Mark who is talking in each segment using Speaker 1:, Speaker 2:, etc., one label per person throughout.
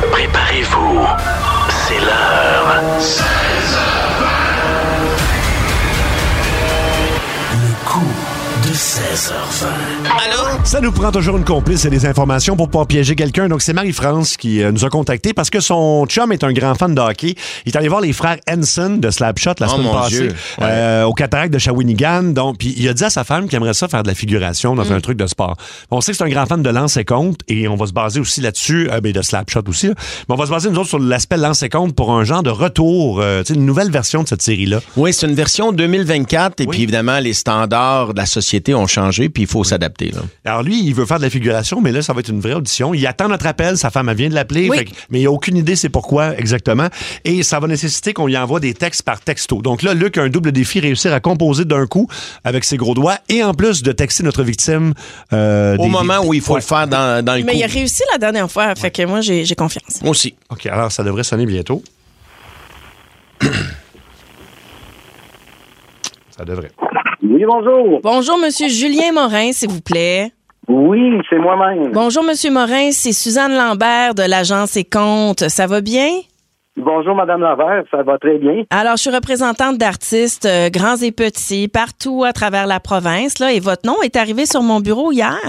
Speaker 1: Préparez-vous, c'est l'heure. Le coup de 16h20.
Speaker 2: Ça nous prend toujours une complice et des informations pour pas piéger quelqu'un. Donc, c'est Marie-France qui euh, nous a contactés parce que son chum est un grand fan de hockey. Il est allé voir les frères Henson de Slapshot la
Speaker 3: Oh,
Speaker 2: semaine
Speaker 3: mon
Speaker 2: passée
Speaker 3: Dieu.
Speaker 2: euh, au cataract de Shawinigan. Donc, puis il a dit à sa femme qu'il aimerait ça faire de la figuration
Speaker 3: Hmm.
Speaker 2: dans un truc de sport. On sait que c'est un grand fan de lance et compte et on va se baser aussi là-dessus, euh, ben, de Slapshot aussi. là. Mais on va se baser, nous autres, sur l'aspect lance et compte pour un genre de retour, euh, tu sais, une nouvelle version de cette série-là.
Speaker 3: Oui, c'est une version 2024 et puis évidemment les standards de la société ont changé puis il faut s'adapter là.
Speaker 2: Alors lui, il veut faire de la figuration, mais là, ça va être une vraie audition. Il attend notre appel, sa femme elle vient de l'appeler,
Speaker 4: Oui.
Speaker 2: fait que- mais il n'a aucune idée c'est pourquoi exactement. Et ça va nécessiter qu'on lui envoie des textes par texto. Donc là, Luc a un double défi, réussir à composer d'un coup avec ses gros doigts et en plus de texter notre victime. euh,
Speaker 3: Au
Speaker 2: des-
Speaker 3: moment où il faut
Speaker 2: Ouais.
Speaker 3: le faire dans, dans le
Speaker 4: Mais il a
Speaker 3: coup.
Speaker 4: réussi la dernière fois, fait que moi, j'ai j'ai confiance.
Speaker 3: Moi aussi.
Speaker 2: OK, alors ça devrait sonner bientôt. ça devrait.
Speaker 5: Oui, bonjour.
Speaker 4: Bonjour, Monsieur Julien Morin, s'il vous plaît.
Speaker 5: Oui, c'est moi-même.
Speaker 4: Bonjour, Monsieur Morin, c'est Suzanne Lambert de l'agence et comptes. Ça va bien?
Speaker 5: Bonjour, Madame Lavert. Ça va très bien.
Speaker 4: Alors, je suis représentante d'artistes euh, grands et petits partout à travers la province, là, et votre nom est arrivé sur mon bureau hier.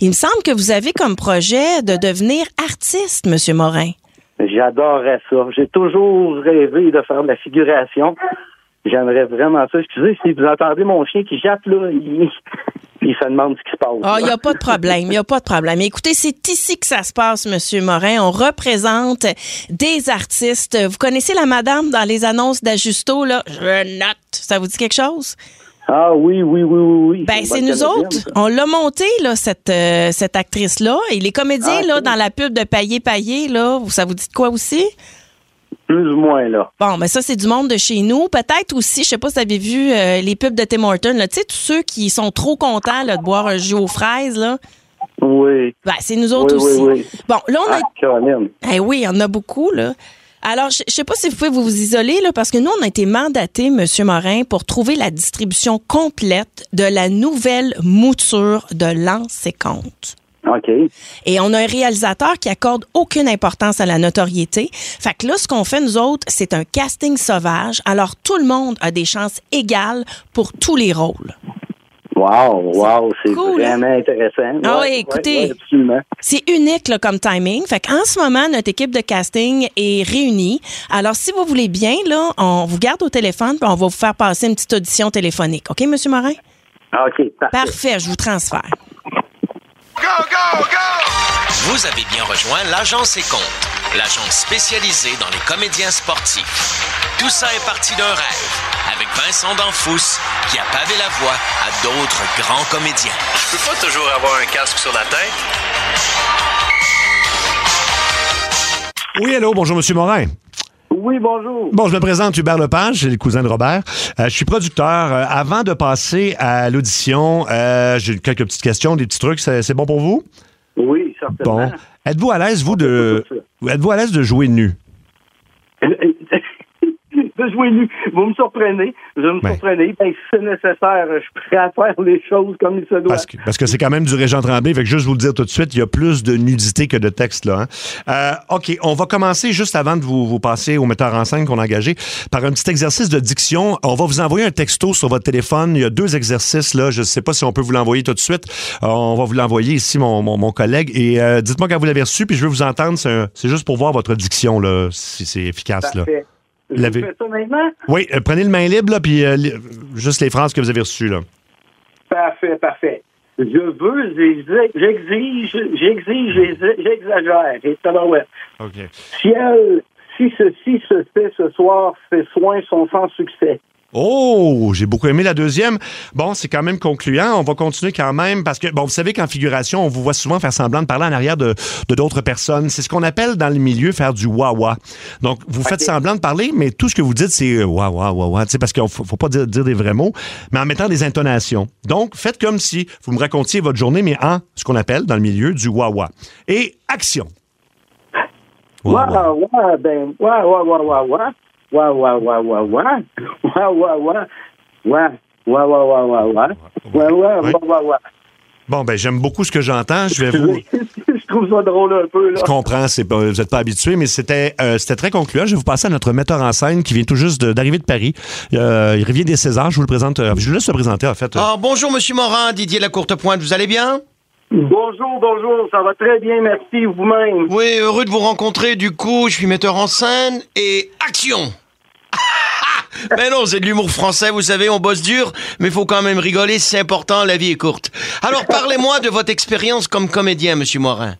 Speaker 4: Il me semble que vous avez comme projet de devenir artiste, Monsieur Morin.
Speaker 5: J'adorerais ça. J'ai toujours rêvé de faire de la figuration. J'aimerais vraiment ça. Excusez, si vous entendez mon chien qui jappe, là, il, il se demande ce qui se passe.
Speaker 4: Ah, il n'y a pas de problème, il n'y a pas de problème. Écoutez, c'est ici que ça se passe, Monsieur Morin. On représente des artistes. Vous connaissez la madame dans les annonces d'Ajusto, là? Je note. Ça vous dit quelque chose?
Speaker 5: Ah oui, oui, oui, oui, oui.
Speaker 4: Ben,
Speaker 5: une
Speaker 4: c'est
Speaker 5: bonne
Speaker 4: nous
Speaker 5: Canadienne,
Speaker 4: autres.
Speaker 5: ça.
Speaker 4: On l'a monté, là, cette, euh, cette actrice-là. Et les comédiens,
Speaker 5: Ah,
Speaker 4: là,
Speaker 5: ok.
Speaker 4: dans la pub de Paillé Paillé, là, vous- ça vous dit de quoi aussi?
Speaker 5: Plus ou moins, là.
Speaker 4: Bon, ben ça, c'est du monde de chez nous. Peut-être aussi, je sais pas si vous avez vu euh, les pubs de Tim Horton, là. Tu sais, tous ceux qui sont trop contents, là, de boire un jus aux fraises, là.
Speaker 5: Oui.
Speaker 4: Ben, c'est nous autres
Speaker 5: Oui, oui,
Speaker 4: aussi.
Speaker 5: oui.
Speaker 4: Bon, là, on a
Speaker 5: Ah, Caroline.
Speaker 4: Eh oui, il y en a beaucoup, là. Alors, je ne sais pas si vous pouvez vous isoler, là, parce que nous, on a été mandatés, M. Morin, pour trouver la distribution complète de la nouvelle mouture de l'an compte.
Speaker 5: OK.
Speaker 4: Et on a un réalisateur qui accorde aucune importance à la notoriété. Fait que là, ce qu'on fait, nous autres, c'est un casting sauvage. Alors, tout le monde a des chances égales pour tous les rôles.
Speaker 5: Wow, wow, c'est
Speaker 4: cool, hein?
Speaker 5: vraiment intéressant.
Speaker 4: Ah oui,
Speaker 5: ouais,
Speaker 4: écoutez.
Speaker 5: ouais, absolument.
Speaker 4: C'est unique là, comme timing. Fait en ce moment, notre équipe de casting est réunie. Alors, si vous voulez bien, là, on vous garde au téléphone puis on va vous faire passer une petite audition téléphonique. OK, M. Morin?
Speaker 5: OK, parfait.
Speaker 4: Parfait, je vous transfère.
Speaker 6: Vous avez bien rejoint l'agence et compte, l'agence spécialisée dans les comédiens sportifs. Tout ça est parti d'un rêve avec Vincent Danfousse qui a pavé la voie à d'autres grands comédiens.
Speaker 1: Je peux pas toujours avoir un casque sur la tête.
Speaker 2: Oui, allô, bonjour, Monsieur Morin.
Speaker 5: Oui, bonjour.
Speaker 2: Bon, je me présente Hubert Lepage, j'ai le cousin de Robert. Euh, je suis producteur. Euh, avant de passer à l'audition, euh, j'ai quelques petites questions, des petits trucs. C'est c'est bon pour vous?
Speaker 5: Oui, certainement.
Speaker 2: Bon. Êtes-vous à l'aise, vous, de.
Speaker 5: peut
Speaker 2: Êtes-vous à l'aise de jouer nu?
Speaker 5: de jouer nu. Vous me surprenez. Vous me
Speaker 2: Ouais.
Speaker 5: surprenez. Ben, si c'est nécessaire, je suis prêt à faire les choses comme il se doit.
Speaker 2: Parce que parce que c'est quand même du Régent Tremblay. Fait que juste vous le dire tout de suite, il y a plus de nudité que de texte, là. hein. Euh, OK, on va commencer juste avant de vous, vous passer au metteur en scène qu'on a engagé par un petit exercice de diction. On va vous envoyer un texto sur votre téléphone. Il y a deux exercices, là. Je ne sais pas si on peut vous l'envoyer tout de suite. Euh, on va vous l'envoyer ici, mon, mon, mon collègue. Et euh, dites-moi quand vous l'avez reçu, puis je veux vous entendre. C'est un- c'est juste pour voir votre diction, là, si c'est efficace, là.
Speaker 5: Parfait. Je
Speaker 2: L'avez-
Speaker 5: vous fais ça maintenant?
Speaker 2: Oui, euh, prenez le main libre, là, puis euh, li- juste les phrases que vous avez reçues, là.
Speaker 5: Parfait, parfait. Je veux, j'exi- j'exige, j'exige, j'exi- j'exagère. Et tabarouette.
Speaker 2: OK.
Speaker 5: Ciel, si ceci se fait ce soir, ses soins sont sans succès.
Speaker 2: Oh, j'ai beaucoup aimé la deuxième. Bon, c'est quand même concluant. On va continuer quand même parce que, bon, vous savez qu'en figuration, on vous voit souvent faire semblant de parler en arrière de de d'autres personnes. C'est ce qu'on appelle dans le milieu faire du wawa. Donc, vous faites semblant de parler, mais tout ce que vous dites, c'est wawa, wawa. Tu sais, parce qu'il ne faut pas dire, dire des vrais mots, mais en mettant des intonations. Donc, faites comme si vous me racontiez votre journée, mais en ce qu'on appelle dans le milieu du wawa. Et action. Wawa.
Speaker 5: Ouah, ouah, ben, ouah, ouah, ouah, ouah, ouah. Ouah, ouah, ouah, ouah, ouah. Ouah, ouah, ouah. Ouah, ouah, ouah, ouah, ouah. Ouah, ouah,
Speaker 2: Ouais.
Speaker 5: ouah, ouah, ouah.
Speaker 2: Bon, ben j'aime beaucoup ce que j'entends. Je vais vous.
Speaker 5: je trouve ça drôle un peu, là.
Speaker 2: Je comprends, c'est pas- vous n'êtes pas habitué, mais c'était euh, c'était très concluant. Je vais vous passer à notre metteur en scène qui vient tout juste de- d'arriver de, Paris. Euh, il revient des Césars. Je vous le présente. euh, je vous laisse le présenter, en fait.
Speaker 3: Alors, Ah, bonjour, Monsieur Morin, Didier Lacourte-Pointe, vous allez bien?
Speaker 5: Bonjour, bonjour, ça va très bien, merci, vous-même.
Speaker 3: Oui, heureux de vous rencontrer. Du coup, je suis metteur en scène et action. Mais non, c'est de l'humour français, vous savez, on bosse dur, mais faut quand même rigoler, c'est important, la vie est courte. Alors parlez-moi de votre expérience comme comédien, monsieur Morin.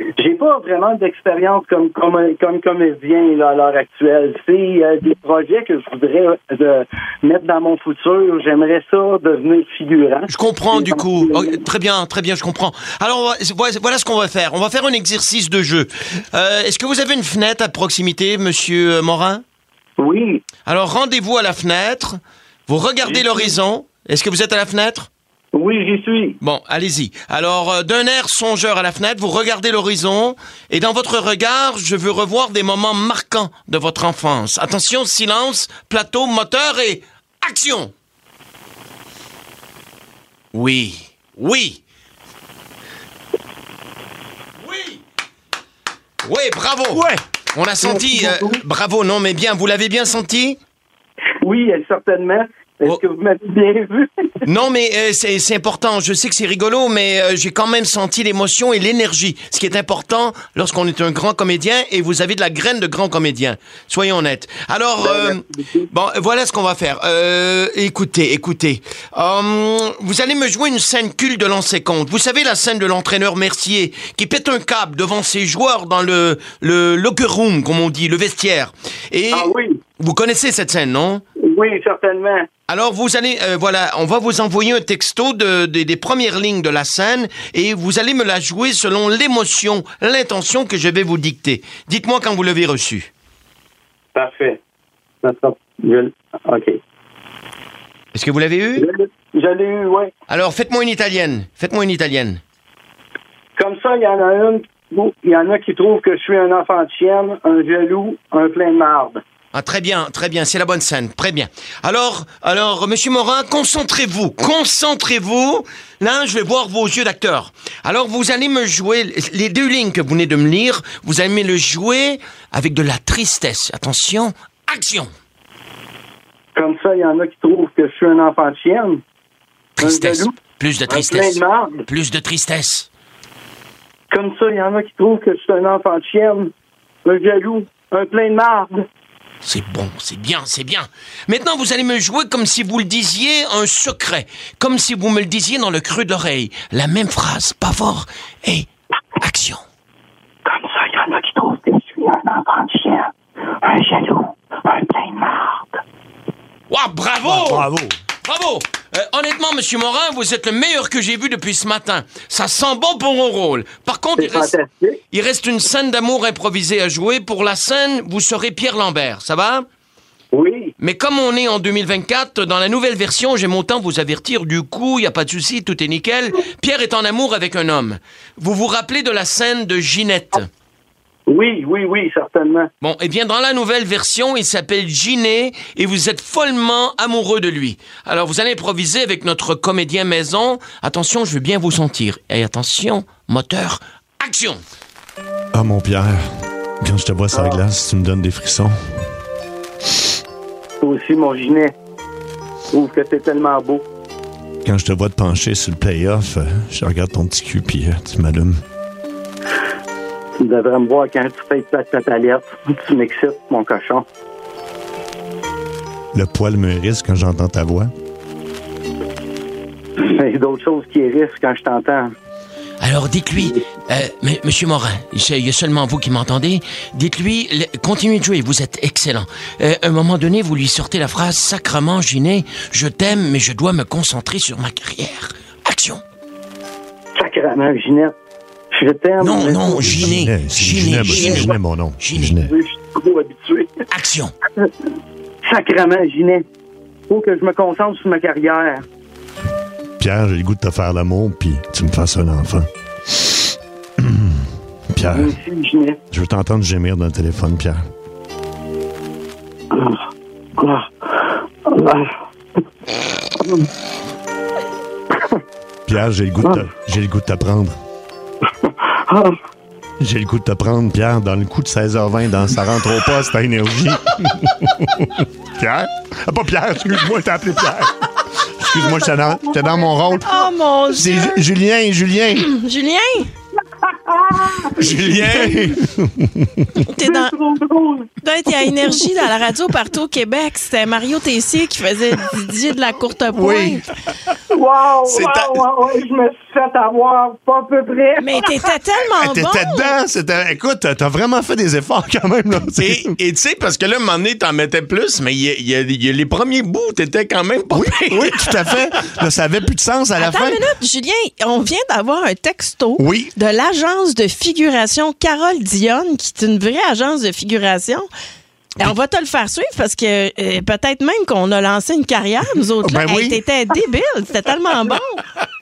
Speaker 5: J'ai pas vraiment d'expérience comme, comme, comme comédien là, à l'heure actuelle. C'est euh, des projets que je voudrais euh, mettre dans mon futur. J'aimerais ça devenir figurant.
Speaker 3: Je comprends du coup. Oh, très bien, très bien, je comprends. Alors on va- voilà- voilà ce qu'on va faire. On va faire un exercice de jeu. Euh, Est-ce que vous avez une fenêtre à proximité, monsieur euh, Morin
Speaker 5: Oui,
Speaker 3: Alors rendez-vous à la fenêtre, vous regardez l'horizon. Est-ce que vous êtes à la fenêtre
Speaker 5: oui, j'y suis.
Speaker 3: Bon, allez-y. Alors, euh, d'un air songeur à la fenêtre, vous regardez l'horizon et dans votre regard, je veux revoir des moments marquants de votre enfance. Attention, silence, plateau, moteur et action. Oui, oui. Oui. Oui, bravo.
Speaker 2: Ouais!
Speaker 3: On a senti, euh, bravo, non mais bien, vous l'avez bien senti
Speaker 5: Oui, euh, certainement. Est-ce
Speaker 3: Oh.
Speaker 5: que vous m'avez bien vu?
Speaker 3: Non, mais euh, c'est c'est important. Je sais que c'est rigolo, mais euh, j'ai quand même senti l'émotion et l'énergie, ce qui est important lorsqu'on est un grand comédien et vous avez de la graine de grand comédien. Soyons honnêtes. Alors,
Speaker 5: Ben,
Speaker 3: euh, bon, voilà ce qu'on va faire. Euh, écoutez, écoutez. Hum, vous allez me jouer une scène culte de l'ancien compte. Vous savez la scène de l'entraîneur Mercier qui pète un câble devant ses joueurs dans le, le locker room, comme on dit, le vestiaire. Et
Speaker 5: Ah oui,
Speaker 3: vous connaissez cette scène, non
Speaker 5: oui, certainement.
Speaker 3: alors vous allez, euh, voilà, on va vous envoyer un texto de, des- des premières lignes de la scène et vous allez me la jouer selon l'émotion, l'intention que je vais vous dicter. Dites-moi quand vous l'avez reçu.
Speaker 5: Parfait. Maintenant, je- OK.
Speaker 3: Est-ce que vous l'avez
Speaker 5: Je
Speaker 3: eu
Speaker 5: l'ai- je l'ai eu, oui.
Speaker 3: Alors faites-moi une italienne. Faites-moi une italienne.
Speaker 5: Comme ça, il y en a une. bon, Il y en a qui trouvent que je suis un enfant de chienne, un jaloux, un plein de marde.
Speaker 3: Ah, très bien, très bien, c'est la bonne scène, très bien. Alors, alors, Monsieur Morin, concentrez-vous, concentrez-vous. Là, je vais voir vos yeux d'acteur. Alors, vous allez me jouer les deux lignes que vous venez de me lire. Vous allez me le jouer avec de la tristesse. Attention, action.
Speaker 5: Comme ça, il y en a qui trouvent que je suis un enfant de chienne,
Speaker 3: Tristesse.
Speaker 5: jaloux.
Speaker 3: Plus de
Speaker 5: un plein
Speaker 3: tristesse.
Speaker 5: de marde.
Speaker 3: Plus de tristesse.
Speaker 5: Comme ça, il y en a qui trouvent que je suis un enfant de chienne, un jaloux, un plein de marde.
Speaker 3: C'est bon, c'est bien, c'est bien. Maintenant, vous allez me jouer comme si vous le disiez un secret. Comme si vous me le disiez dans le creux de l'oreille. La même phrase, pas fort. Et action.
Speaker 5: Comme ça, il y en a qui trouvent que je suis un enfant de chienne, un jaloux, un plein de marde.
Speaker 3: Waouh, bravo!
Speaker 2: Ah, Bravo!
Speaker 3: Bravo! Euh, honnêtement, Monsieur Morin, vous êtes le meilleur que j'ai vu depuis ce matin. Ça sent bon pour mon rôle. Par contre,
Speaker 5: C'est
Speaker 3: il reste,
Speaker 5: fantastique.
Speaker 3: il reste une scène d'amour improvisée à jouer. Pour la scène, vous serez Pierre Lambert, ça va?
Speaker 5: Oui,
Speaker 3: Mais comme on est en 2024, dans la nouvelle version, j'aime autant vous avertir, du coup, il n'y a pas de souci, tout est nickel. Pierre est en amour avec un homme. Vous vous rappelez de la scène de Ginette
Speaker 5: oui, oui, oui, certainement.
Speaker 3: Bon, eh bien, dans la nouvelle version, il s'appelle Ginet et vous êtes follement amoureux de lui. Alors, vous allez improviser avec notre comédien maison. Attention, je veux bien vous sentir. Et attention, moteur, action
Speaker 2: Ah, mon Pierre, quand je te vois sur la glace, tu me donnes des frissons.
Speaker 5: Toi aussi, mon ginet, je trouve que t'es tellement beau.
Speaker 2: Quand je te vois te pencher sur le playoff, euh, je regarde ton petit cul, puis euh, tu m'allumes.
Speaker 5: Tu devrais me voir quand tu fais ta tatalette. Tu m'excites, mon cochon.
Speaker 2: Le poil me risque quand j'entends ta voix.
Speaker 5: Il y a d'autres choses qui risquent quand je t'entends.
Speaker 3: Alors, dites-lui, euh, mais, monsieur Morin, il y a seulement vous qui m'entendez, dites-lui, le- continuez de jouer, vous êtes excellent. Euh, à un moment donné, vous lui sortez la phrase Sacrement, Ginet, je t'aime, mais je dois me concentrer sur ma carrière. Action
Speaker 5: Sacrement, Ginette. Je t'aime.
Speaker 3: Non,
Speaker 5: mais-
Speaker 3: non, Ginet,
Speaker 2: c'est Ginet,
Speaker 3: Ginet,
Speaker 2: moi, c'est
Speaker 3: Ginet,
Speaker 2: Ginet, mon nom.
Speaker 3: Ginet.
Speaker 2: Ginet.
Speaker 5: Je suis trop habitué.
Speaker 3: action
Speaker 5: Sacrement, Ginette. Faut que je me concentre sur ma carrière.
Speaker 2: Pierre, j'ai le goût de te faire l'amour, puis tu me fasses un enfant. Pierre,
Speaker 5: Moi aussi, Ginette.
Speaker 2: je veux t'entendre gémir dans le téléphone, Pierre.
Speaker 5: Ah. Ah.
Speaker 2: Pierre, j'ai le goût de te- j'ai le goût de te prendre.
Speaker 5: Ah,
Speaker 2: J'ai le goût de te prendre, Pierre, dans le coup de 16h20, dans ça rentre au poste à énergie. Pierre? Ah, pas Pierre, excuse-moi, je t'ai appelé Pierre. Excuse-moi, j'étais dans, j'étais dans mon rôle.
Speaker 4: Oh mon
Speaker 2: C'est
Speaker 4: Dieu!
Speaker 2: Ju- Julien, Julien,
Speaker 4: Julien,
Speaker 2: Julien.
Speaker 4: t'es dans.
Speaker 5: trop drôle.
Speaker 4: Toi, t'es à énergie dans la radio partout au Québec. C'était Mario Tessier qui faisait Didier de la courte pointe.
Speaker 2: Oui.
Speaker 5: Wow,
Speaker 2: C'est
Speaker 5: wow,
Speaker 2: ta-
Speaker 5: wow, wow, je me suis fait avoir pas à peu près.
Speaker 4: Mais t'étais tellement
Speaker 2: T'étais
Speaker 4: bon.
Speaker 2: dedans. C'était, écoute, t'as vraiment fait des efforts quand même. Là.
Speaker 3: Et et tu sais, parce que là, à un moment donné, t'en mettais plus, mais il y a- il y a- il y a les premiers bouts, t'étais quand même pas pire.
Speaker 2: Oui, tout à fait. Là, ça avait plus de sens à la
Speaker 4: Attends
Speaker 2: fin.
Speaker 4: une minute, Julien, on vient d'avoir un texto
Speaker 2: Oui.
Speaker 4: de l'agence de figuration Carole Dionne, qui est une vraie agence de figuration. Et on va te le faire suivre parce que euh, peut-être même qu'on a lancé une carrière, nous autres. là.
Speaker 2: Ben oui.
Speaker 4: Hey, T'étais débile, c'était tellement bon.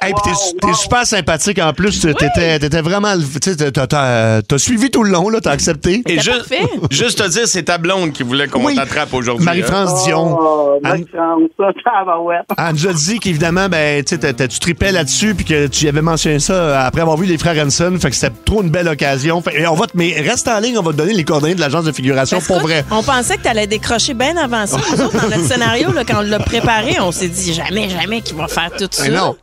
Speaker 2: Hey, puis t'es, t'es super sympathique en plus. T'étais, t'étais vraiment. le- tu sais, T'as, t'as- t'as suivi tout le long, là, t'as accepté.
Speaker 3: Et
Speaker 4: C'était
Speaker 3: juste,
Speaker 4: parfait.
Speaker 3: juste te dire, c'est ta blonde qui voulait qu'on
Speaker 2: Oui.
Speaker 3: t'attrape aujourd'hui. hein.
Speaker 2: Marie-France Dion.
Speaker 5: Oh,
Speaker 2: Anne-
Speaker 5: Marie-France, ça, tabarouette.
Speaker 2: Elle nous a dit qu'évidemment, ben, tu sais, t'as- t'as- tu tripais là-dessus puis que tu y avais mentionné ça euh, après avoir vu les frères Hanson. Fait que c'était trop une belle occasion. Fait- et on va te- mais reste en ligne, on va te donner les coordonnées de l'agence de figuration
Speaker 4: Parce
Speaker 2: pour
Speaker 4: que,
Speaker 2: vrai.
Speaker 4: On pensait que t'allais décrocher bien avant ça. Nous autres, dans notre scénario, là, quand on l'a préparé, on s'est dit jamais, jamais qu'il va faire tout ça.
Speaker 2: Mais Ben non.